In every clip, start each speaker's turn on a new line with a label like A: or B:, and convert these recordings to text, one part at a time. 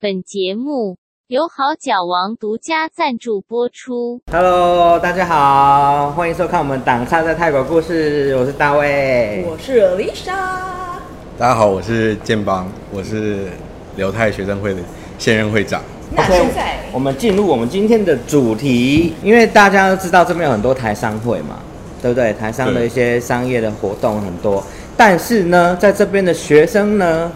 A: 本节目由好脚王独家赞助播出。
B: Hello，大家好，欢迎收看我们《党差在泰国故事》，我是大卫。
C: 我是 Lisa，
D: 大家好，我是建邦，我是犹太学生会的现任会长。
C: 那现在
B: 我们进入我们今天的主题，因为大家都知道这边有很多台商会嘛，对不对？台商的
D: 对
B: 一些商业的活动很多，但是呢，在这边的学生呢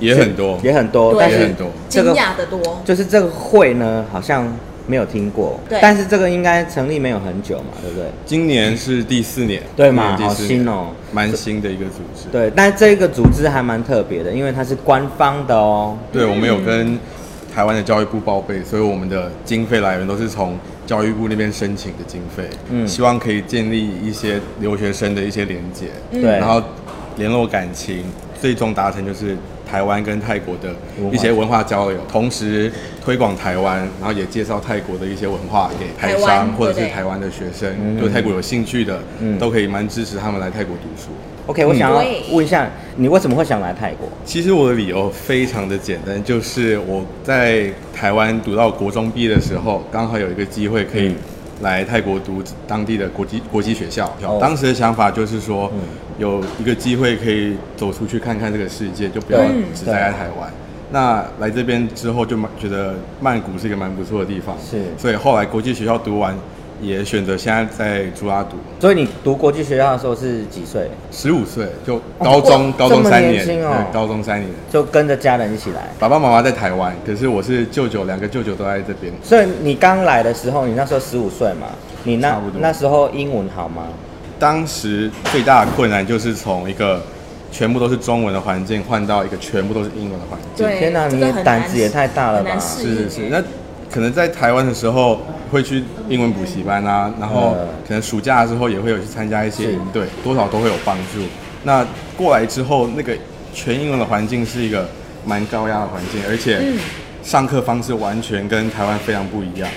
D: 也很多，
B: 也很多，
C: 对
B: 但
D: 也
B: 是
D: 很多
B: 这
C: 惊
B: 个
C: 讶的多，
B: 就是这个会呢，好像没有听过，
C: 对
B: 但是这个应该成立没有很久嘛，对不对？
D: 今年是第四年，
B: 对嘛
D: 今年第四
B: 好
D: 年
B: 新哦
D: 蛮新的一个组织。
B: 对，但这个组织还蛮特别的，因为它是官方的哦。
D: 对，我们有跟台湾的教育部报备，所以我们的经费来源都是从教育部那边申请的经费，
B: 嗯
D: 希望可以建立一些留学生的一些连结，
B: 对
D: 然后联络感情，最终达成就是台湾跟泰国的
B: 文化
D: 一些文化交流，同时推广台湾，然后也介绍泰国的一些文化给台
C: 台湾
D: 商或者
C: 对
D: 是
C: 不对
D: 台湾的学
B: 嗯
D: 生，对泰国有兴趣的
B: 嗯，
D: 都可以蛮支持他们来泰国读书。
B: OK，我
D: 嗯
B: 想要
C: 对
B: 问一下，你为什么会想来泰国？
D: 其实我的理由非常的简单，就是我在台湾读到国中毕业的时候，刚好有一个机会
B: 嗯
D: 可以来泰国读当地的国际国际学校。
B: 哦
D: 当时的想法就是说
B: 嗯，
D: 有一个机会可以走出去看看这个世界，就不要
B: 对
D: 只待在台湾。那来这边之后，就蛮觉得曼谷是一个蛮不错的地方，
B: 是
D: 所以后来国际学校读完，也选择现在在朱拉读，
B: 所以你读国际学校的时候是几岁？
D: 十五岁就高中、
B: 哦哇
D: 高
B: 这
D: 中
B: 么
D: 三
B: 年
D: 年，
B: 轻哦
D: 对高中三年。
B: 就跟着家人一起来。
D: 爸爸妈妈在台湾，可是我是舅舅，两个舅舅都在这边。
B: 所以你刚来的时候，你那时候十五岁嘛，你那
D: 差不多
B: 那时候英文好吗？
D: 当时最大的困难就是从一个全部都是中文的环境换到一个全部都是英文的环境。
C: 对，
B: 天哪
C: 这
B: 你
C: 个
B: 也
C: 很
B: 胆
C: 难
B: 子也太大了
C: 很难
B: 吧
C: 适
D: 是
C: 应
D: 是是，那可能在台湾的时候会去英文补习班啊，然后
B: 嗯
D: 可能暑假的时候也会有去参加一些
B: 是
D: 营队，多少都会有帮助。那过来之后，那个全英文的环境是一个蛮高压的环境，而且
C: 嗯
D: 上课方式完全跟台湾非常不一样。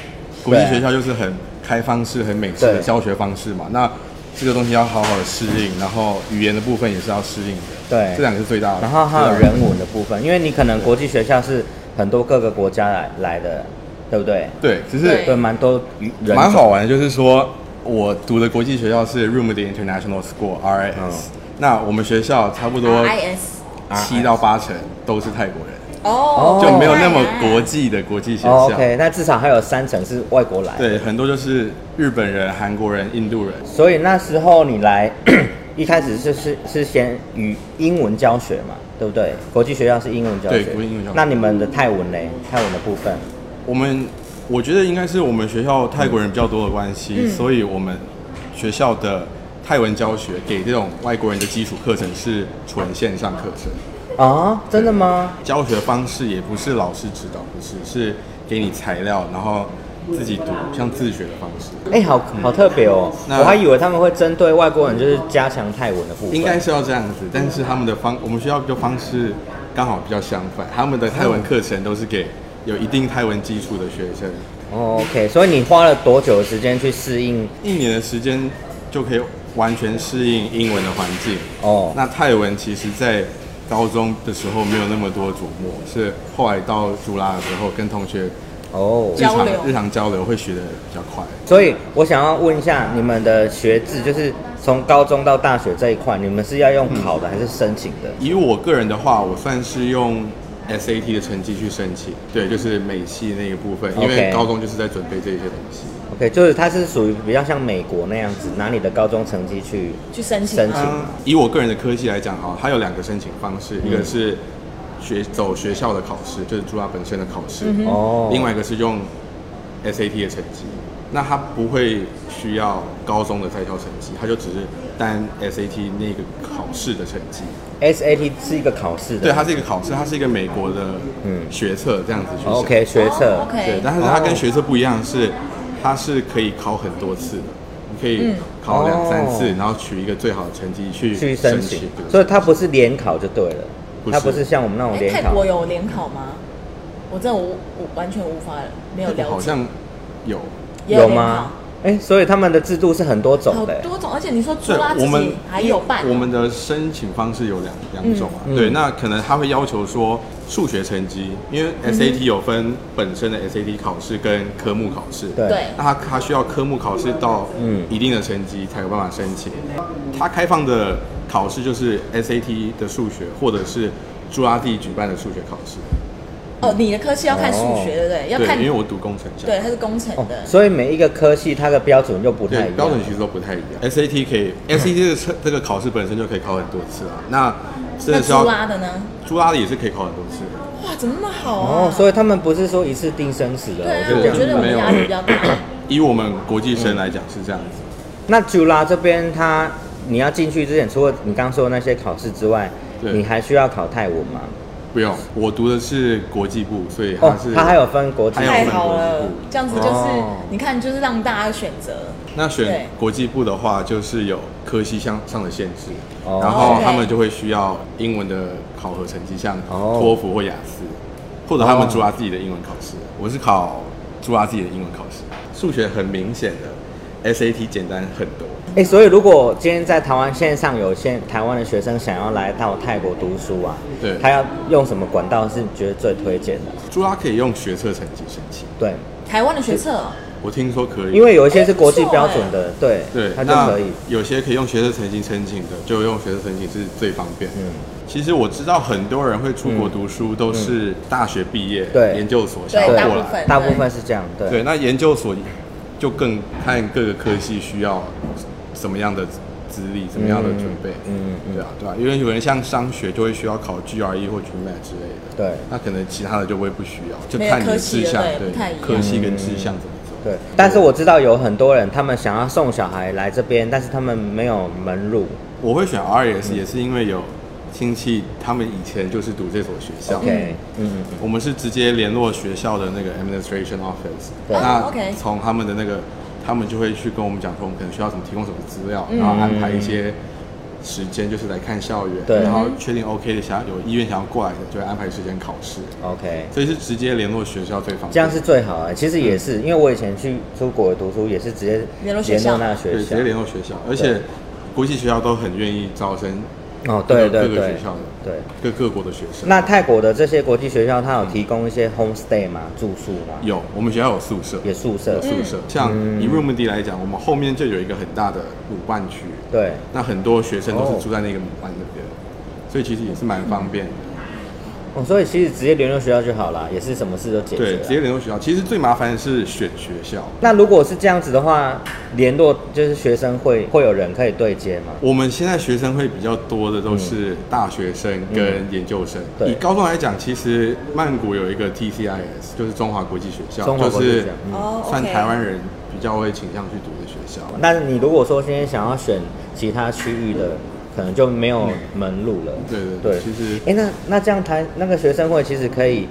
D: 国际
B: 对
D: 学校就是很开放式、很美式的
B: 对
D: 教学方式嘛，那这个东西要好好的适应，然后语言的部分也是要适应的。
B: 对
D: 这两个是最啊大的。
B: 然后还有
D: 最大的
B: 人文的部分，因为你可能国际学校是很多各个国家来来的，对不对？
D: 对，只是
C: 对
B: 对，蛮多人
D: 蛮好玩的，就是说我读的国际学校是 Room 的 International School RIS，、
B: 嗯
D: 那我们学校差不多
C: IS
D: 七到八成都是泰国人，
C: 哦，
D: 就没有那
C: 当
D: 么
C: 然
D: 国际的国际学校。
B: 哦 OK，那至少还有三成是外国来的。
D: 对，很多就是日本人、韩国人、印度人。
B: 所以那时候你来， 一开始是是是先语英文教学嘛，对不对？国际学校是英文教学，
D: 对国际英文教学
B: 那你们的泰文嘞？泰文的部分，
D: 我们我觉得应该是我们学校泰国人比较多的关系，所以我们学校的泰文教学给这种外国人的基础课程是纯线上课程。
B: 啊，真的吗？
D: 教学方式也不是老师指导，不是，是给你材料，然后自己读，像自学的方式。
B: 哎、好好特别哦！
D: 那
B: 我还以为他们会针对外国人，就是加强泰文的部分。
D: 应该是要这样子，但是他们的方，我们学校的方式刚好比较相反，他们的泰文课程都是给有一定泰文基础的学生，
B: 哦，OK。所以你花了多久的时间去适应？
D: 一年的时间就可以完全适应英文的环境。
B: 哦，
D: 那泰文其实，在高中的时候没有那么多琢磨，是后来到朱拉的时候，跟同学
B: 哦
D: 日，
C: 交
D: 常
C: 流
D: 日常交流会学的比较快。
B: 所以我想要问一下你们的学制，就是从高中到大学这一块，你们是要用考的还是申请的？
D: 以我个人的话，我算是用 SAT 的成绩去申请，对，就是美系那一部分，因
B: OK
D: 为高中就是在准备这些东西。
B: OK，就是它是属于比较像美国那样子，拿你的高中成绩去
C: 去申请
B: 申
C: 吗
B: 请嘛。
D: 以我个人的科系来讲哈，它有两个申请方式，
B: 嗯
D: 一个是学走学校的考试，就是朱拉本身的考试，
C: 嗯
B: 哦，
D: 另外一个是用 SAT 的成绩。那它不会需要高中的在校成绩，它就只是单 SAT 那个考试的成绩。
B: SAT 是一个考试的，
D: 对，它是一个考试，它是一个美国的
B: 嗯
D: 学测这样子去申
B: OK 学测。
C: 哦，OK
D: 对，但是它跟学测不一样的是，它是可以考很多次的，你可以考两三次，
B: 嗯哦
D: 然后取一个最好的成绩去
B: 去申
D: 申
B: 请，所
D: 对，
B: 以它不是联考就对了，
D: 不是
B: 它不是像我们那种
C: 哎，
B: 联
C: 泰
B: 考
C: 国。有联考吗？我真的无我完全无法没有
D: 这个
C: 了
D: 好
C: 解，
D: 像有。
C: 也有联
B: 吗
C: 考？
B: 哎，所以他们的制度是很多种
C: 好
B: 的。
C: 多种，而且你说朱
D: 对
C: 拉，自
D: 我们
C: 己还有办，
D: 我们的申请方式有两两种啊。
B: 嗯
D: 对，
B: 嗯
D: 那可能他会要求说，数学成绩，因为 SAT 有分本身的 SAT 考试跟科目考试，
B: 对
C: 对
D: 那他他需要科目考试到
B: 嗯
D: 一定的成绩才有办法申请。他开放的考试就是 SAT 的数学，或者是朱拉地举办的数学考试。
C: 哦，你的科系要看数学，对不对？要
D: 对，
C: 看
D: 因为我读工程系，
C: 对，它是工程
B: 哦
C: 的，，
B: 所以每一个科系它的标准又不太一
D: 对
B: 样。
D: 标准其实都不太一样。SAT 可以，SAT 这个测这个考试本身就可以考很多次啊。那真
C: 那
D: 的是要
C: 猪拉的呢？
D: 朱拉的也是可以考很多次的。
C: 哇，怎么那么好啊？
B: 哦，所以他们不是说一次定生死的，
C: 对啊，
B: 就这
C: 我
B: 样
C: 觉得我
D: 没
C: 们
D: 有
C: 压力比较大。
D: 以我们国际生来讲是这样子，
B: 那九拉这边它，你要进去之前，除了你刚说的那些考试之外，
D: 对
B: 你还需要考泰文吗？
D: 不用，我读的是国际部，所以
B: 哦
D: 它是，
B: 它还有分国际
D: 还。有
C: 太
D: 分
C: 好了
D: 国际部，
C: 这样子就是
B: 哦
C: 你看，就是让大家选择。
D: 那
C: 对
D: 选国际部的话，就是有科系上上的限制，
B: 哦
D: 然后
C: OK
D: 他们就会需要英文的考核成绩，像
B: 哦
D: 托福或雅思，或者他
B: 哦
D: 们主抓自己的英文考试。我是考主抓自己的英文考试，数学很明显的，SAT 简单很多。
B: 哎、所以如果今天在台湾线上有些台湾的学生想要来到泰国读书啊，
D: 对
B: 他要用什么管道是你觉得最推荐的？
D: 主抓可以用学测成绩申请，
B: 对，
C: 台湾的学测哦，
D: 我听说可以，
B: 因为有一些是国际标准
C: 哎
B: 的，对，
D: 嗯对，
B: 他就
D: 那
B: 可以。
D: 有些可以用学生成绩申请的，就用学生申请是最方便。
B: 嗯
D: 嗯，其实我知道很多人会出国读书，都是大学毕业，
B: 嗯对
D: 研究所想
C: 对
D: 要
C: 大
D: 过
C: 部
D: 来
C: 分。
B: 大部分是这样，对。
D: 啊对，那研究所就更看各个科系需要什么样的资历，什么样的准备。
B: 嗯嗯
D: 嗯
B: 嗯
D: 嗯，对啊，对啊，因为有人像商学就会需要考 GRE 或 GMAT 之类的。
B: 对
D: 那可能其他的就会不需要，就
C: 没有
D: 看你
C: 科
D: 的
C: 系
D: 志
C: 了
D: 向，
C: 对不太一样
D: 科系跟志向怎么走。
B: 对，但是我知道有很多人，他们想要送小孩来这边，但是他们没有门路。
D: 我会选
B: 嗯
D: RS 也是因为有亲戚，他们以前就是读这所学校。
B: OK，嗯，
D: 我们是直接联络学校的那个 administration office，
B: 对
D: 那
C: 哦，OK
D: 从他们的那个，他们就会去跟我们讲说，我们可能需要什么提供什么资料，
C: 嗯
D: 然后安排一些时间，就是来看校园，
B: 对
D: 然后确定 OK 的，想要有意愿想要过来的，就会安排时间考试，
B: OK，
D: 所以是直接联络学校最方便。
B: 这样是最好的。其实也是，因为我以前去出国读书，也是直接
C: 联络学校
B: 那个
D: 对，
B: 学
D: 直
B: 校
D: 接。联络学校，而
B: 对
D: 且国际学校都很愿意招生
B: 哦，对对
D: 各个
B: 对
D: 各个学校的
B: 对。
D: 各各国的学生。
B: 那泰国的这些国际学校，它有提供一些 homestay 嘛，住宿嘛，
D: 有，我们学校有宿舍，
B: 也嗯宿舍
D: 有。宿舍。像以 r o o m 地来讲，我们后面就有一个很大的鲁班区，
B: 对，
D: 那很多学生都
B: 哦
D: 是住在那个鲁班那边，所以其实也是蛮方便的。
B: 哦，所以其实直接联络学校就好啦，也是什啊么事都解决
D: 对，直接
B: 了。
D: 联络学校。其实最麻烦的是选学校。
B: 那如果是这样子的话，联络就是学生会会有人可以对接吗？
D: 我们现在学生会比较多的都是大学生跟研究生。
B: 嗯对
D: 以高中来讲，其实曼谷有一个 TCIS，就是中华国际学校，
B: 中华国
D: 就
B: 际
D: 是
B: 学校嗯
C: 哦
D: 算
C: OK
D: 台湾人比较会倾向去读的学校。
B: 但是你如果说今天想要选其他区域的，可能就没有门路了。
D: 对对对
B: 对，
D: 其实
B: 哎、那那这样台那个学生会其实可以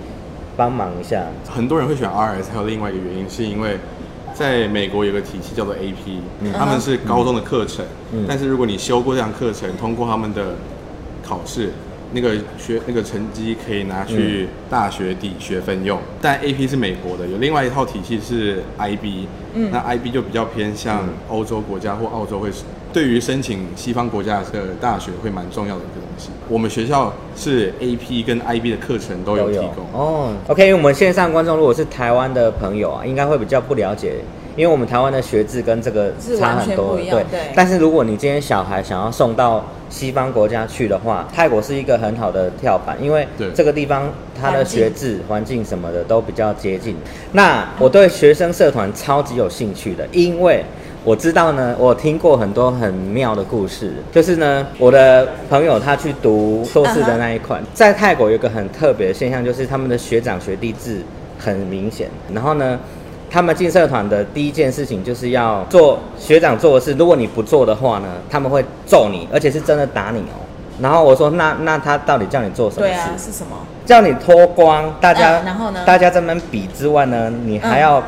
B: 帮忙一下。
D: 很多人会选 RS，还有另外一个原因是因为在美国有个体系叫做 AP，、他们是高中的课程，
B: 嗯
D: 但是如果你修过这堂课程，通过他们的考试，那个学那个成绩可以拿去大学抵学分用。但 AP 是美国的，有另外一套体系是 IB，、那 IB 就比较偏向欧洲国家或澳洲会。对于申请西方国家的大学会蛮重要的一个东西。我们学校是 AP 跟 IB 的课程都有提供。
B: 哦，OK，因为我们线上观众如果是台湾的朋友啊，应该会比较不了解，因为我们台湾的学制跟这个
C: 是
B: 差
C: 完
B: 很
C: 全
B: 多。
C: 不一样对
B: 但是如果你今天小孩想要送到西方国家去的话，泰国是一个很好的跳板，因为
D: 对
B: 这个地方它的
C: 环境
B: 学制、环境什么的都比较接近。那我对学生社团超级有兴趣的，因为。我知道呢，我听过很多很妙的故事，就是呢，我的朋友他去读硕士的
C: 嗯哼
B: 那那一款。在泰国有一个很特别的现象，就是他们的学长学弟制很明显。然后呢，他们进社团的第一件事情就是要做学长做的事，如果你不做的话呢，他们会揍你，而且是真的打你哦。然后我说，那那他到底叫你做什么
C: 对
B: 事？
C: 啊，是什么？
B: 叫你脱光，大家、
C: 嗯然后呢
B: 大家这么比之外呢，你还
C: 嗯
B: 要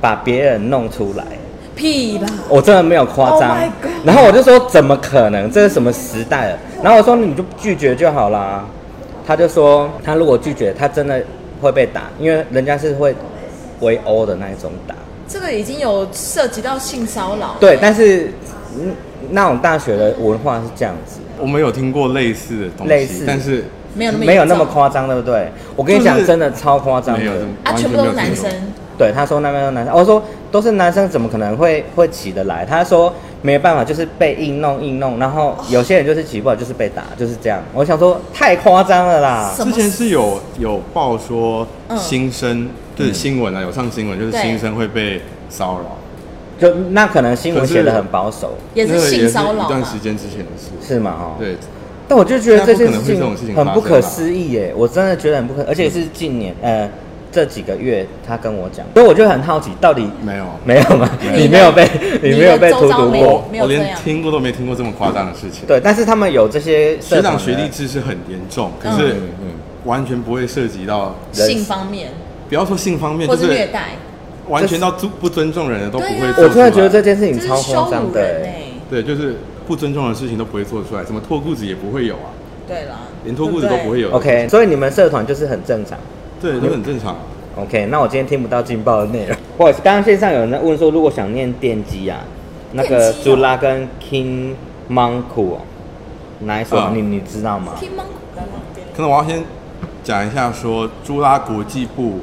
B: 把别人弄出来。
C: 屁啦！
B: 我真的没有夸张
C: Oh my god
B: 然后我就说怎么可能？这是什么时代了？然后我说你就拒绝就好啦。他就说他如果拒绝，他真的会被打，因为人家是会围殴的那一种打。
C: 这个已经有涉及到性骚扰。
B: 对，但是嗯，那种大学的文化是这样子。
D: 我们有听过类似的东
B: 类
D: 西
B: 似，
D: 但是
C: 没有那么
B: 没有那么
C: 严重
B: 夸张，对不对？我跟你讲
D: 就，是
B: 真的超夸张
D: 没有
B: 的。，
C: 啊，
D: 完
C: 全
D: 全
C: 部
D: 没
C: 都
D: 有
C: 是男
D: 听
C: 生
D: 说。，
B: 对，他说那边都男生，我说都是男生，怎么可能会会骑得来？他说没办法，就是被硬弄硬弄，然后有些人就是骑不好，就是被打，就是这样。我想说太夸张了啦，
C: 什么
D: 之前是有有报说
C: 嗯
D: 新生，就是新闻啊，有上新闻，就是
C: 对
D: 新生会被骚扰，
B: 就那可能新闻
D: 可是
B: 写的很保守，
C: 也
D: 那
C: 是
D: 个
C: 性骚扰
D: 一段
C: 嘛
D: 时？间之前的事。
B: 是吗？哦，。
D: 对，
B: 但我就觉得这件
D: 现在不可能会这种事
B: 情
D: 情
B: 很
D: 发生
B: 不
D: 吧
B: 可思议耶，我真的觉得很不可，而且是近年呃这几个月他跟我讲，所以我就很好奇，到底
D: 没有，
B: 没有吗？
C: 有
B: 你没有被
C: 你
B: 你
C: 的
B: 没有被
C: 周
B: 荼
C: 遭
B: 毒
C: 没
B: 过
C: 有，
D: 我
C: 这样
D: 连听过都没听过这么夸张的事情。
B: 对，但是他们有这些社团
D: 学长
B: 的
D: 学弟制是很严重，可是
B: 嗯嗯
D: 完全不会涉及到，
B: 人
C: 性方面，
D: 不要说性方面，
C: 或
D: 就是
C: 虐
D: 是
C: 待，
D: 完全到尊不尊重人的都不
C: 对
D: 会
C: 啊
D: 做
B: 我
D: 出
B: 真
D: 来。
B: 的觉得这件事
C: 这
B: 情
C: 是
B: 超
C: 羞
B: 夸张
C: 辱
B: 的欸
C: 人
B: 耶、
C: 哎。
D: 对，就是不尊重的事情都不会做出来，什么脱裤子也不会有啊，
C: 对啦，
D: 连脱裤子都不会
C: 有。
D: 有。
B: OK，所以你们社团就是很正常。
D: 对，都很正常。
B: OK，那我今天听不到劲爆的内容。 不好意思，刚刚线上有人在问说，如果想念电机啊，那个
C: 电机哦
B: 朱拉跟 King Monku 哦，哪一首、
D: 啊
B: 你你知道吗？
C: 乒乓
D: 可能我要先讲一下说，朱拉国际部，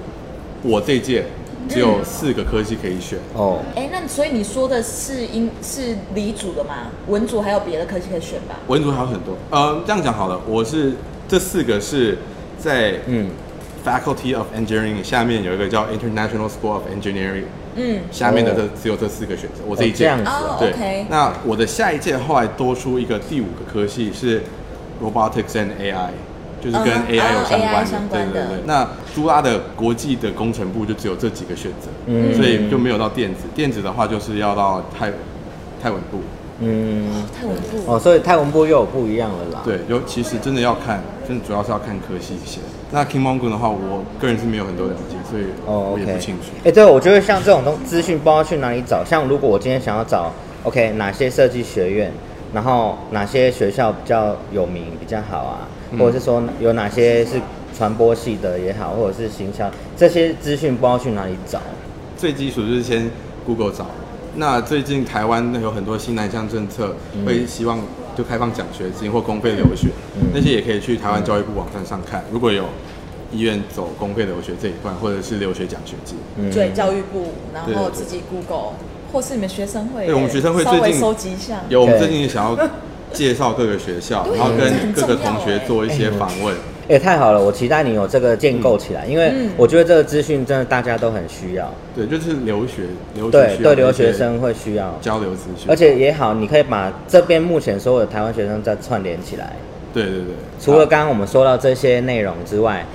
D: 我这届只有四个科系可以选，
B: 哦，
C: 哎，那所以你说的是英是理组的吗？文组还有别的科系可以选吧？
D: 文组还有很多。呃，这样讲好了，我是这四个是在
B: 嗯，
D: Faculty of Engineering 下面有一个叫 International School of Engineering，
C: 嗯，
D: 下面的
B: 哦
D: 这只有这四个选择，我这一
B: 哦这
D: 届。
B: 样子
C: 哦
B: 哦，
D: 啊对
C: OK
D: 那我的下一届后来多出一个第五个科系是 Robotics and AI，就是跟
C: 嗯
D: AI 有相
C: 啊
D: 关的。
C: ，AI 相关的
D: 对对对。那朱拉的国际的工程部就只有这几个选择，
B: 嗯
D: 所以就没有到电子。电子的话就是要到泰泰文部。
B: 嗯，
C: 太稳固
B: 哦，所以泰文部又有不一样了啦。，
D: 对，尤其实真的要看，真的主要是要看科系写。那 King Mongo 的话，我个人是没有很多了解，所以
B: 哦
D: 我也
B: ，OK，
D: 不清楚。
B: 哎、对，我觉得像这种东资讯不知道去哪里找，像如果我今天想要找 OK 哪些设计学院，然后哪些学校比较有名比较好啊，
D: 嗯
B: 或者是说有哪些是传播系的也好，或者是行销这些资讯不知道去哪里找。
D: 最基础就是先 Google 找。那最近台湾有很多新南向政策，
B: 嗯
D: 会希望就开放奖学金或公费留学，
B: 嗯
D: 那些也可以去台湾教育部网站上看。如果有医院走公费留学这一段，或者是留学奖学金，
B: 嗯
C: 对，教育部，然
D: 嗯对
C: 后
D: 对对
C: 自己 Google，或是你们学生会，
D: 对我们学生会
C: 稍
D: 最
C: 微
D: 近
C: 收集一下。
D: 有我们
B: OK
D: 最近也想要介绍各个学校，
C: 对
D: 然后
C: 这
D: 跟
C: 很
D: 各个
C: 重要
D: 同学
C: 欸
D: 做一些
B: 哎我
D: 访问。
B: 哎、太好了，我期待你有这个建构起来，因为
C: 嗯
B: 我觉得这个资讯真的大家都很需要，
D: 对，就是留学，留学
B: 对
D: 需要
B: 对，留
D: 一些
B: 学生会需要。
D: 交流资讯，
B: 而且也好，你可以把这边目前所有的台湾学生再串联起来。
D: 对对对，
B: 除了刚刚我们说到这些内容之外，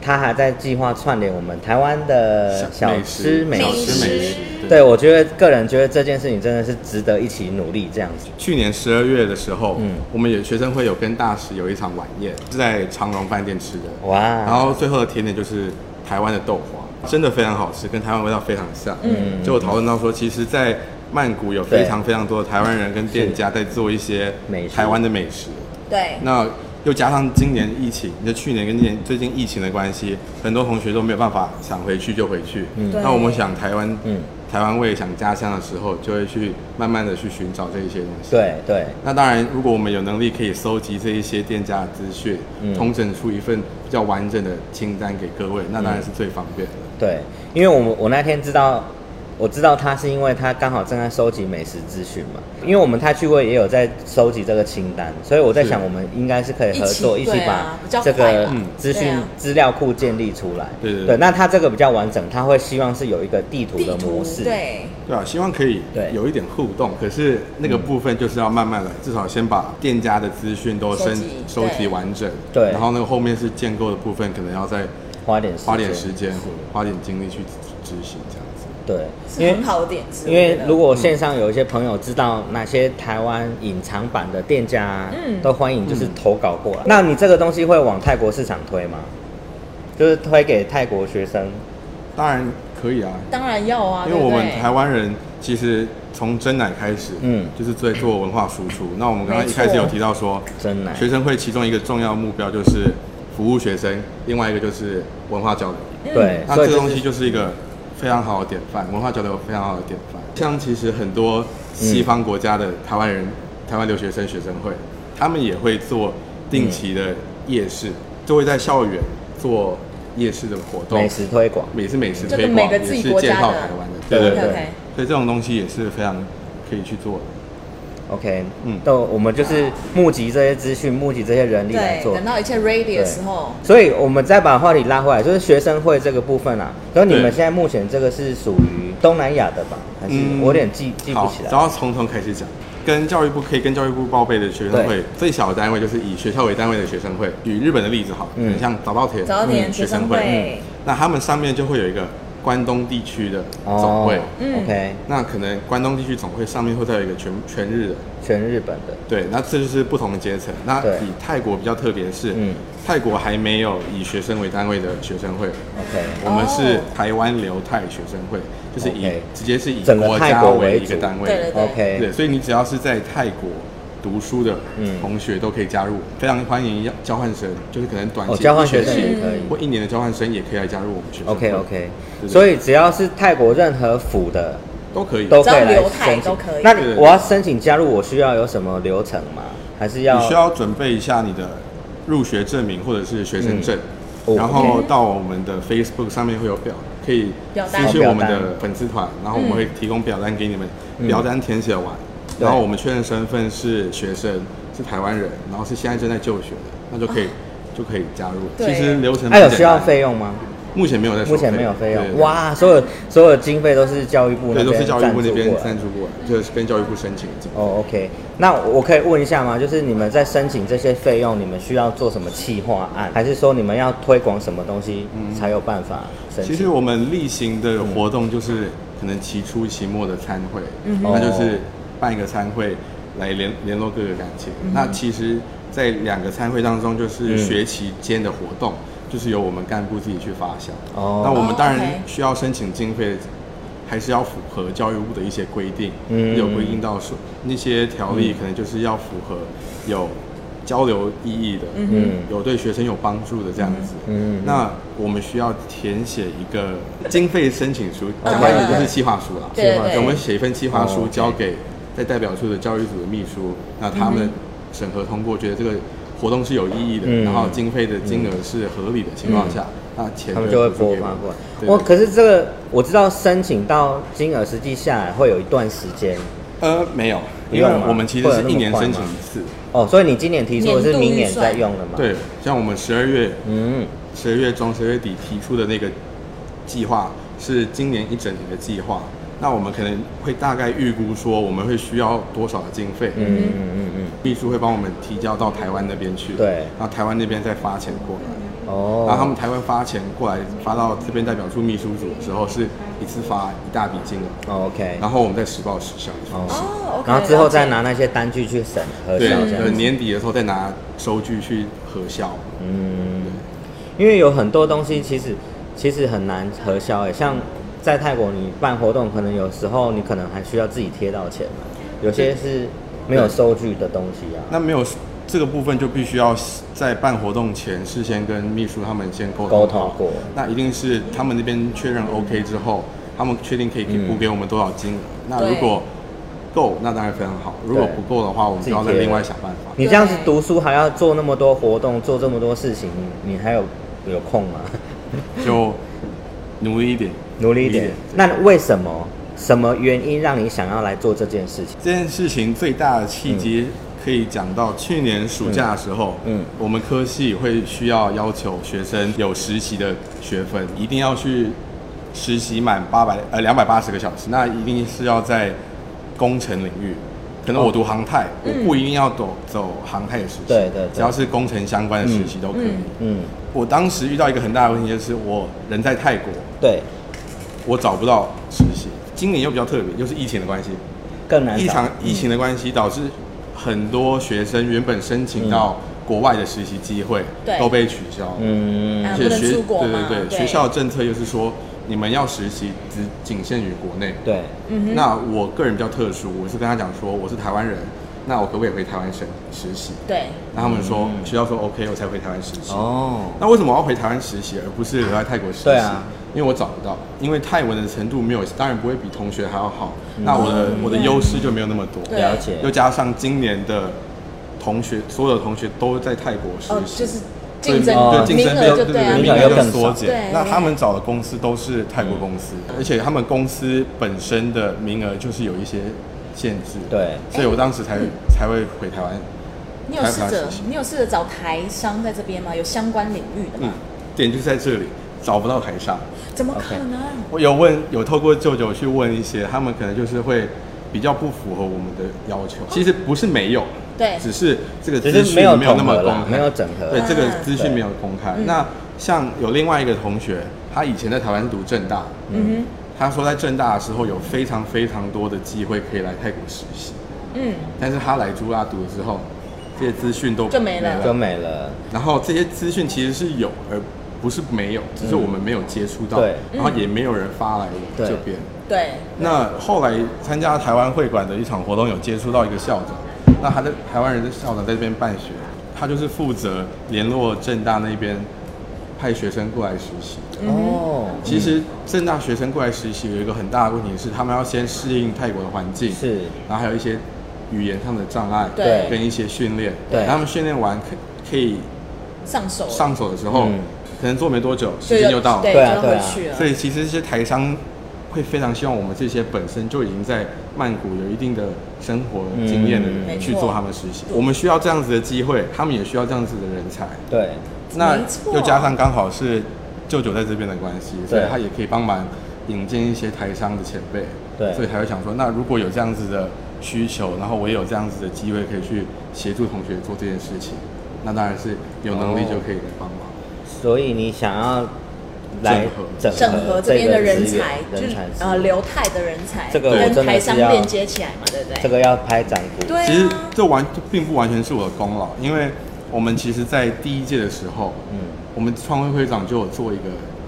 B: 他还在计划串联我们台湾的
D: 小
B: 小
D: 美
B: 吃
D: 食
B: 美
D: 小
C: 食
D: 吃
B: 食。
D: 美
C: 食
D: 食，
B: 对，我觉得个人觉得这件事情真的是值得一起努力这样子。
D: 去年十二月的时候，
B: 嗯
D: 我们有学生会有跟大使有一场晚宴，是在长荣饭店吃的。
B: 哇，
D: 然后最后的甜点就是台湾的豆花，真的非常好吃，跟台湾味道非常像。嗯，就讨论到说，其实，在曼谷有非常非常多的台湾人跟店家在做一些
B: 美食
D: 台湾的美食。
C: 对，
D: 那又加上今年疫情，就去年跟今年最近疫情的关系，很多同学都没有办法想回去就回去。嗯
C: 对
D: 那我们想台湾，
B: 嗯
D: 嗯，台湾味想家乡的时候，就会去慢慢的去寻找这一些东西。
B: 对对，
D: 那当然，如果我们有能力可以搜集这一些店家的资讯，
B: 嗯
D: 统整出一份比较完整的清单给各位，那当然是最方便的。
B: 对，因为我我那天知道，我知道他是因为他刚好正在收集美食资讯嘛，因为我们太趣味也有在收集这个清单，所以我在
D: 是
B: 想我们应该是可以合作
C: 一
B: 一
C: 起
B: 起
C: 对啊
B: 把
C: 比较
B: 这
C: 快
B: 个
C: 吧
D: 嗯
B: 资
C: 对
B: 讯
C: 啊
B: 资料库建立出来。
D: 对对对
B: 那他这个比较完整，他会希望是有一个地图
C: 地
B: 的模
C: 图
B: 式。
C: 对，
D: 对啊，希望可以
B: 对
D: 有一点互动，可是那个部分就是要慢慢来，至少先把店家的资讯都
C: 收
D: 收
C: 集
D: 收
C: 对
D: 集完整，
B: 对
D: 然后那个后面是建构的部分，可能要再
B: 花点时间
D: 花点时间，花点精力去执行这样子。
B: 对，因
C: 是
B: 为
C: 很好的点子。
B: 因为如
C: 果
B: 果线上有一些朋友知道哪些台湾隐藏版的店家啊，
C: 嗯
B: 都欢迎就是投稿
D: 嗯
B: 过来。那你这个东西会往泰国市场推吗？就是推给泰国学生，
D: 当然可以啊，
C: 当然要啊，
D: 因为我们
C: 对不对
D: 台湾人其实从真奶开始，
B: 嗯
D: 嗯，就是在做文化输出。那我们刚刚
C: 没
D: 一
C: 错
D: 开始有提到说，
B: 真奶
D: 学生会其中一个重要目标就是服务学生，另外一个就是文化交流。
C: 嗯
B: 对，
D: 那
B: 所以
D: 这
B: 就
D: 东西
B: 是
D: 就是一个非常好的典范，文化交流非常好的典范。像其实很多西方
B: 嗯
D: 国家的台湾人、台湾留学生学生会，他们也会做定期的夜
B: 嗯
D: 市，就会在校园做夜市的活动，
B: 美食推广。
D: 也是美食
C: 就是
D: 推
C: 每
D: 广，
C: 个
D: 也
C: 自
D: 是
C: 己国
D: 介
C: 家
D: 绍
C: 的
D: 台湾的，
B: 对
D: 对
C: OK
D: 对
B: 对
C: OK，
D: 所以这种东西也是非常可以去做的。
B: OK，嗯
D: 嗯，
B: 那我们就是募集这些资讯，募集这些人力来
C: 对，
B: 做
C: 等。到一切 ready
B: 对
C: 的时候，
B: 所以，我们再把话题拉回来，就是学生会这个部分啊。然后你们
D: 对
B: 现在目前这个是属于东南亚的吧？还是
D: 嗯
B: 我有点记记不
D: 好
B: 起，
D: 然
B: 来？
D: 后从头开始讲。跟教育部可以跟教育部报备的学生会，最小的单位就是以学校为单位的学生会。举日本的例子好，
B: 嗯
D: 嗯，像早稻田
C: 早稻田
D: 嗯
C: 学
D: 学
C: 生
D: 生会，
C: 会，
D: 那他们上面就会有一个关东地区的总会，
C: 嗯
B: 哦 OK，
D: 那可能关东地区总会上面会再有一个全全日的，
B: 全日本的，
D: 对，那这就是不同的阶层。那
B: 对
D: 以泰国比较特别是，
B: 嗯
D: 泰国还没有以学生为单位的学生会，
B: ，OK，
D: 我们是台湾留泰学生会，就是以
B: 哦 OK
D: 直接是以
B: 整个
D: 国
B: 泰
D: 家
B: 国为
D: 为一个
B: 主
D: 单位，
C: 对对对
B: OK
D: 对，所以你只要是在泰国读书的
B: 嗯
D: 同学都可以加入，非常欢迎要交换生，就是可能短
B: 哦，
D: 期
B: 交换
D: 一
B: 学
D: 学
B: 生也
D: 期
B: 可以。
D: 或一年的交换生也可以来加入我们学生
B: OK
D: 会
B: OK，
D: 对对
B: 所以只要是泰国任何府的
D: 都可以，
B: 都可以
C: 只要
B: 来
C: 留泰
B: 申请
C: 都可以
B: 那
D: 对对对
B: 我要申请加入，我需要有什么流程吗？还是要
D: 你需要准备一下你的入学证明或者是学生证，
B: 嗯哦
D: 然后到我们的 Facebook 上面会有表，可以
C: 表单
D: 私信我们
B: 表
D: 的粉丝团，然后我们会提供表单给你们，表单填写完，
B: 嗯对
D: 然后我们确认身份是学生，是台湾人，然后是现在正在就学的，那就可以。就可以加入。
C: 对
D: 其实流程
B: 那
D: 蛮
B: 啊有
D: 简
B: 需要
D: 单的
B: 费，用吗？
D: 目前没有在收
B: 目前没有费
D: 对
B: 用。
D: 对
B: 哇，所有所有经费都是教育部那
D: 对，都是
B: 边
D: 教育
B: 赞
D: 部
B: 助
D: 那边
B: 过来
D: 赞。助过来，就是跟教育部申请这样
B: 哦，OK，那我可以问一下吗？就是你们在申请这些费用，你们需要做什么企划案，还是说你们要推广什么东西
D: 嗯
B: 才有办法申
D: 其
B: 请？
D: 实我们例行的活动就是可能期初、期末的餐会，
B: 嗯哼
D: 那就是办一个餐会来联联络各个感情。那其实，在两个餐会当中，就
B: 嗯
D: 是学期间的活动，就是由我们干部自己去发想。
B: 哦
D: 那我们当然
C: 哦，OK
D: 需要申请经费，还是要符合教育部的一些规定，
B: 嗯
D: 有规定到说那些条例可能就是要符合有交流意义的，
B: 嗯
D: 有对学生有帮助的这样子。
B: 嗯
D: 那我们需要填写一个经费申请书，
C: 嗯
D: 讲白一点就是计划书啦。
C: 对对对
D: 我们写一份计划
B: 哦
D: 书
B: ，OK
D: 交给在代表处的教育组的秘书，那他们审核通过，觉得这个活动是有意义的，
B: 嗯
D: 然后经费的金额是合理的情况下，那钱
B: 他们就会
D: 拨
B: 拨
D: 付给
B: 发过
D: 我
B: 来。
D: 对
B: 我
D: 对
B: 可是这个我知道，申请到金额实际下来会有一段时间
D: 呃没有，
B: 不
D: 因
B: 用
D: 为
B: 吗
D: 我们其实
B: 会有啊
D: 是
B: 那么
D: 一年
B: 快
D: 申
B: 吗
D: 请一次。
B: 哦，所以你今年提出的是明年再用的嘛？，
D: 对，像我们十二月
B: 嗯，
D: 十二月中、十二月底提出的那个计划是今年一整年的计划。那我们可能会大概预估说我们会需要多少的经费，
B: 嗯嗯嗯嗯
D: 秘书会帮我们提交到台湾那边去，
B: 对
D: 然后台湾那边再发钱过来，
B: 嗯，哦，
D: 然后他们台湾发钱过来发到这边代表处秘书组的时候是一次发一大笔金额，
B: 哦 OK，
D: 然后我们再实报实销，
B: 哦，
C: 哦，OK，
B: 然后之后
C: 了解
B: 再拿那些单据去审核
D: 对
B: 销这，
D: 呃
B: 样子。
D: 年底的时候再拿收据去核销，
B: 嗯，因为有很多东西其实其实很难核销诶，像在泰国你办活动，可能有时候你可能还需要自己贴到钱嘛，有些是没有收据的东西啊。
D: 那没有这个部分就必须要在办活动前事先跟秘书他们先沟
B: 沟通
D: 通好
B: 过
D: 那一定是他们那边确认 OK 之后，他们确定可以给
B: 嗯
D: 补给我们多少金额。那
C: 对
D: 如果够，那当然非常好；如果
B: 对
D: 不够的话，我们
B: 自
D: 就
B: 己
D: 要再
B: 贴
D: 另外想办法。
B: 你这样子读书还要做那么多活动，做这么多事情，你还有有空 吗？
D: 就努力一点，
B: 努力一点。那为什么？什么原因让你想要来做这件事情？
D: 这件事情最大的契机可以讲到去年暑假的时候，
B: 嗯
D: 嗯
B: 嗯，
D: 我们科系会需要要求学生有实习的学分，一定要去实习满八百呃两百八十个小时，那一定是要在工程领域。
B: 哦
D: 可能我读航太，我不一定要走走航太的实习，
B: 嗯对对对
D: 只要是工程相关的实习都可以。
B: 嗯，
C: 嗯
D: 我当时遇到一个很大的问题，就是我人在泰国，
B: 对，
D: 我找不到实习。今年又比较特别，又是疫情的关系，
B: 更难
D: 一
B: 找
D: 场疫情的关系，导致很多学生原本申请到国外的实习机会
C: 对
D: 都被取消，
B: 嗯，
C: 啊不
D: 而且
C: 能
D: 学
C: 出国
D: 对
C: 嘛
D: 对对，
C: 对
D: 学校的政策又是说你们要实习只仅限于国内。
B: 对，
C: 嗯
D: 那我个人比较特殊，我是跟他讲说我是台湾人，那我可不可以回台湾省实习？
C: 对，
D: 那他们说、学校说 OK，我才回台湾实习。
B: 嗯哦，
D: 那为什么我要回台湾实习，而不是留在泰国实习？
B: 对啊
D: 因为我找不到，因为泰文的程度没有，当然不会比同学还要好。那我的、我的优势就没有那么多。
B: 嗯
C: 对
B: 了解
D: 又。加上今年的同学，所有的同学都在泰国实
C: 哦，
D: 习，
C: 就是竞争
B: 哦
D: 对竞
C: 名
D: 争
C: 额就对啊，
D: 对
B: 名额
D: 额
B: 就更
D: 缩
B: 少
D: 减
C: 对。
D: 那他们找的公司都是泰国公司，
B: 嗯
D: 而且他们公司本身的名额就是有一些限制。，
B: 对，
D: 所以我当时才才会回台湾。
C: 你有试着你有试着找台商在这边吗？有相关领域的
D: 嗯
C: 吗？，
D: 点就是在这里，找不到台上。
C: 怎么
B: OK
C: 可能？
D: 我有问，有透过舅舅去问一些，他们可能就是会比较不符合我们的要求。其实不是没有，
C: 哦对
D: 只是这个
B: 只
D: 资
B: 是
D: 讯
B: 没有
D: 没有那
B: 统
D: 么
B: 合
D: 公
B: 啦，
D: 开，
B: 没有整合。
D: 对，这个资
B: 对
D: 讯没有公开。
C: 啊嗯
D: 那像有另外一个同学，他以前在台湾读正大，
C: 嗯
D: 他说在正大的时候有非常非常多的机会可以来泰国实习，
C: 哼，嗯，
D: 但是他来朱拉读之后，这些资讯都
C: 就没了
B: 就没了。
D: 然后这些资讯其实是有，而不是没有，只是我们没有接触到，
B: 对
D: 然后也没有人发来我
B: 对
D: 们这边。
C: 对，
D: 那后来参加台湾会馆的一场活动，有接触到一个校长，那他的台湾人的校长在这边办学，他就是负责联络正大那边派学生过来实习的。
B: 哦，
D: 其实正大学生过来实习有一个很大的问题是，他们要先适应泰国的环境，
B: 是
D: 然后还有一些语言上的障碍，
C: 对
D: 跟一些训练，
B: 对
D: 他们训练完可可以
C: 上手了
D: 上手的时候，
B: 嗯
D: 可能做没多久，
C: 就
D: 时间就到了，
C: 对，
B: 对啊
C: 就
B: 对
C: 回
B: 啊
C: 去了。
D: 所以其实这些台商会非常希望我们这些本身就已经在曼谷有一定的生活经验的
B: 嗯
C: 没
D: 人
C: 错
D: 去做他们实习。我们需要这样子的机会，他们也需要这样子的人才。
B: 对，
D: 那
C: 没错
D: 又加上刚好是舅舅在这边的关系，所以
B: 对
D: 他也可以帮忙引荐一些台商的前辈。
B: 对
D: 所以才会想说，那如果有这样子的需求，然后我也有这样子的机会可以去协助同学做这件事情，那当然是有能力就可以来帮忙。
B: 所以你想要来整
D: 整
B: 合
C: 整合这边的人才，
B: 这个资
C: 就
B: 源
C: 是
B: 人才
C: 呃
B: 资源
C: 留泰的人才，
B: 这个我真
C: 跟
B: 的
C: 台
B: 是
C: 商
B: 要
C: 链接起来嘛，对不对？
B: 这个要拍展鼓。
C: 对
D: 其实
C: 啊，
D: 这完这并不完全是我的功劳，因为我们其实，在第一届的时候，
B: 嗯，
D: 我们创会会长就有做一个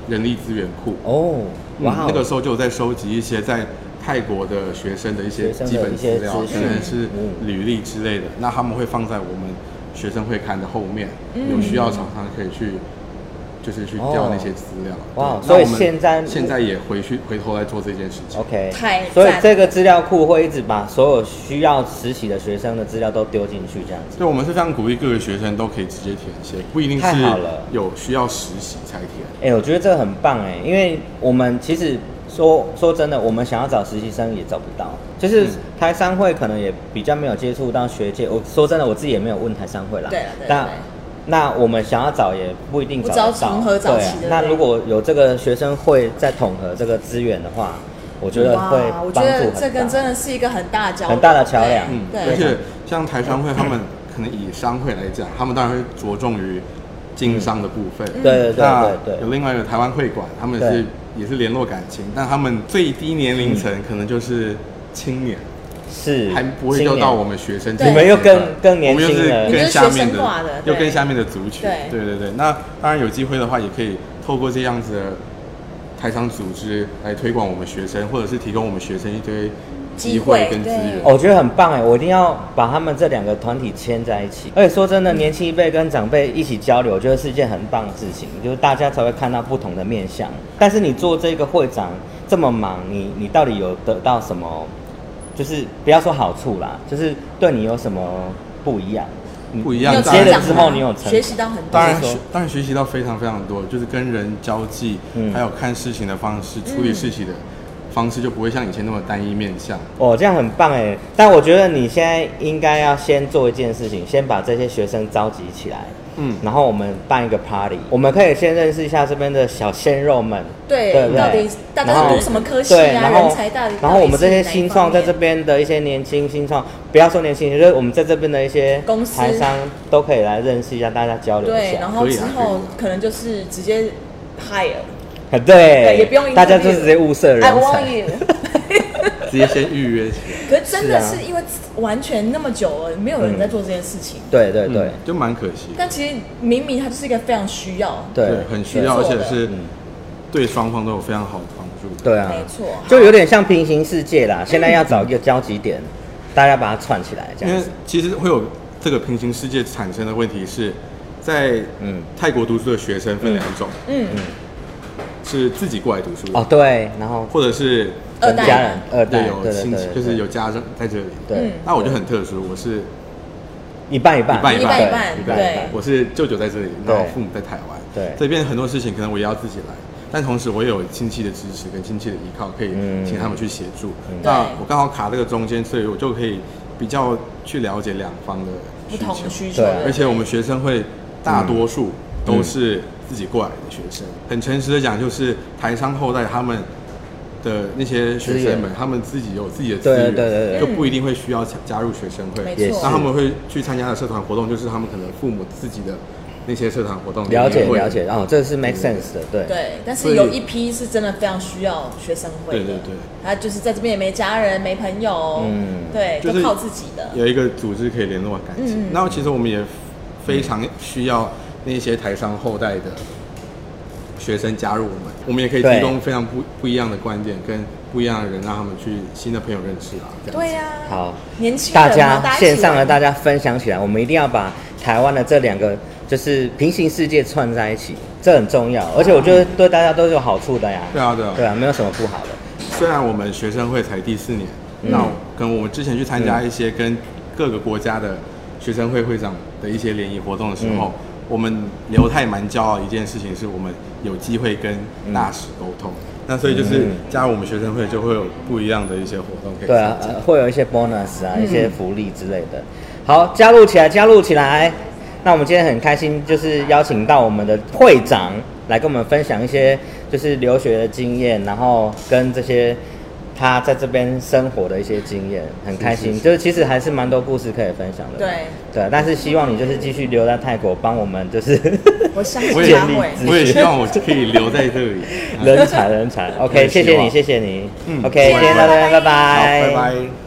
D: 人力资源库，
B: 哦，哇
D: 嗯
B: 哦，
D: 那个时候就有在收集一些在泰国的学生的一
B: 学
D: 些
B: 生的
D: 基本资料，
B: 一些资
D: 可
B: 讯
D: 能是
B: 嗯
D: 履历之类的，那他们会放在我们学生会刊的后面，有需要厂商可以去。就是去调那些资料，
B: 哦哇
D: 对
B: 所以
D: 那我们
B: 现在
D: 现在也回去回头来做这件事情。
B: OK，
C: 太赞
B: 所以这个资料库会一直把所有需要实习的学生的资料都丢进去，这样子。
D: 对，我们是非常鼓励各个学生都可以直接填写，不一定
B: 太
D: 是
B: 好了
D: 有需要实习才填。
B: 哎、我觉得这个很棒哎、因为我们其实说说真的，我们想要找实习生也找不到，就是
D: 嗯
B: 台商会可能也比较没有接触到学界。我说真的，我自己也没有问台商会啦。
C: 对啦对
B: 那
C: 对
B: 那我们想要找也不一定找得
C: 不知道
B: 到，
C: 从何找
B: 对啊
C: 起对不对
B: 那如果有这个学生会在统合这个资源的话，我觉得会
C: 哇，我觉
B: 帮助
C: 得
B: 很大。
C: 这个真的是一个很大的桥，
B: 很大的桥梁
C: 对
D: 嗯，
C: 对，
D: 而且像台商会，他们可能以商会来讲，他们当然会着重于经商的部分。
B: 嗯对对对
D: 那
B: 对对。
D: 有另外一个台湾会馆，他们是也是联络感情，但他们最低年龄层可能就是青年，
B: 是
D: 还不会
B: 青
D: 就
B: 年
D: 到我们学生这
C: 对
D: 个
C: 你
D: 阶段。
C: 们
B: 又更更年
D: 我们又
B: 轻了
D: 是
B: 你们
D: 跟
C: 是
D: 下
C: 学
D: 面
C: 生化的
D: 的，
C: 对
D: 又跟下面的族群。
C: 对
D: 对对对。那当然有机会的话，也可以透过这样子的台商组织来推广我们学生，或者是提供我们学生一堆机会跟资源。
B: 哦我觉得很棒哎，我一定要把他们这两个团体牵在一起。而且说真的，年轻一辈跟长辈一起交流，我觉得是一件很棒的事情，就是大家才会看到不同的面相。但是你做这个会长这么忙，你你到底有得到什么？就是不要说好处啦，就是对你有什么不一样？你
D: 不一
C: 你
D: 样
C: 有
B: 你
D: 当
B: 接
D: 然
C: 成
B: 了
C: 长
B: 之后，
C: 吗
B: 你有成长
C: 学习到很多，
D: 当然
B: 是说
D: 学，当然学习到非常非常多，就是跟人交际，
B: 嗯
D: 还有看事情的方式、处理事情的方式，就不会像以前那么单一面向。
B: 哦，这样很棒哎！但我觉得你现在应该要先做一件事情，先把这些学生召集起来，
D: 嗯
B: 然后我们办一个 party，我们可以先认识一下这边的小鲜肉们，
C: 对
B: 对不
C: 到
B: 对
C: 底？大家
B: 然后
C: 读什么科系啊
B: 对然后
C: 人才到底
B: 然后我们
C: 到底
B: 这
C: 是
B: 些
C: 哪一
B: 新
C: 方
B: 创在
C: 面
B: 这边的一些年轻新创，不要说年轻，就是我们在这边的一些
C: 公司
B: 台商都可以来认识一下，大家交流一
C: 对，
B: 下
C: 然。后
D: 可以
C: 之
D: 啊
C: 后
D: 可以
C: 可能就是直接 hire，
B: 对，
C: 对，也不用
B: 大家就直接物色人
C: I
B: 才
C: want。you，
D: 直接先预约起来，
C: 可是真的
B: 是啊嗯
C: 是因为完全那么久了，没有人在做这件事情，
B: 对对对
D: 嗯就蛮可惜。
C: 但其实明明它就是一个非常需要，
B: 对，
D: 很需要，而
C: 没错
D: 且
C: 的
D: 是
B: 嗯
D: 对双方都有非常好的帮助的。
B: 对啊，
C: 没错，
B: 就有点像平行世界啦。现在要找一个交集点，大家把它串起来，这
D: 因
B: 样
D: 为
B: 子。
D: 其实会有这个平行世界产生的问题是，在
B: 嗯
D: 泰国读书的学生分两种，
C: 嗯，
D: 是自己过来读书的，
B: 哦，对，然后
D: 或者是
C: 二代
B: 家人二代
D: 对有
B: 对对
D: 亲戚
B: 对，
D: 就是有家长在这里。
B: 对
C: 嗯
D: 那我就很特殊，我是
B: 一半一半，
D: 一半
C: 一半一半
B: 对
C: 对
D: 我是舅舅在这里，然后
B: 对
D: 父母在台湾，
B: 对
D: 这边很多事情可能我也要自己来，但同时我也有亲戚的支持跟亲戚的依靠，可以
B: 嗯
D: 请他们去协助。
B: 嗯
D: 那
C: 对
D: 我刚好卡这个中间，所以我就可以比较去了解两方的
C: 不
D: 需
C: 同的
D: 求，
C: 需求
B: 对嗯啊，
D: 而且我们学生会大多数都是自己过来的学生，很诚实的讲，就是台商后代他们。的那些学生
B: 资
D: 们
B: 源，
D: 他们自己有自己的资源，
B: 对对对对
D: 就不一定会需要加加入学生会。
C: 没
B: 也是
C: 错，
D: 那他们会去参加的社团活动，就是他们可能父母自己的那些社团活动。
B: 了解
D: 也会
B: 了解，。哦，这是 make sense 的，对
C: 对，但
D: 所
C: 是
D: 以
C: 有一批是真的非常需要学生会的，
D: 对对对
C: 他就是在这边也没家人、没朋友，
B: 嗯
C: 对，
D: 就是
C: 都靠自己的，
D: 有一个组织可以联络感情。
C: 嗯嗯
D: 那其实我们也非常需要那些台商后代的学生加入我们，我们也可以
B: 对
D: 提供非常不不一样的观点跟不一样的人，让他们去新的朋友认识啊。这样子
C: 对呀、
B: 好，
C: 年轻人
B: 大
C: 嘛
B: 家
C: 大家一起
B: 线上的
C: 玩
B: 大家分享起来，我们一定要把台湾的这两个就是平行世界串在一起，这很重要，而且我觉得对大家都是有好处的呀。
D: 对啊，对啊，
B: 对啊，没有什么不好的。
D: 虽然我们学生会才第四年，
B: 嗯
D: 那跟我们之前去参加一些跟各个国家的学生会会长的一些联谊活动的时候，
B: 嗯
D: 我们犹太蛮骄傲的一件事情是我们有机会跟大使沟通。那所以就是
B: 嗯
D: 加入我们学生会就会有不一样的一些活动可以
B: 对啊
D: 参，加
B: 呃会有一些 bonus 啊，一些福利之类的。好，加入起来，加入起来。那我们今天很开心，就是邀请到我们的会长来跟我们分享一些就是留学的经验，然后跟这些他在这边生活的一些经验，很开心。
D: 是是是
B: 就是其实还是蛮多故事可以分享的。
C: 对
B: 对，啊但是希望你就是继续留在泰国，帮我们就是
C: 我相信
D: 我也
C: 他
B: 建立
C: 会。
B: 自
D: 我也希望我可以留在这 里。
B: 人才人才。OK，谢谢你，谢谢你。
D: 嗯
B: OK，今天到这边，拜
D: 好，
B: 拜，
D: 拜拜。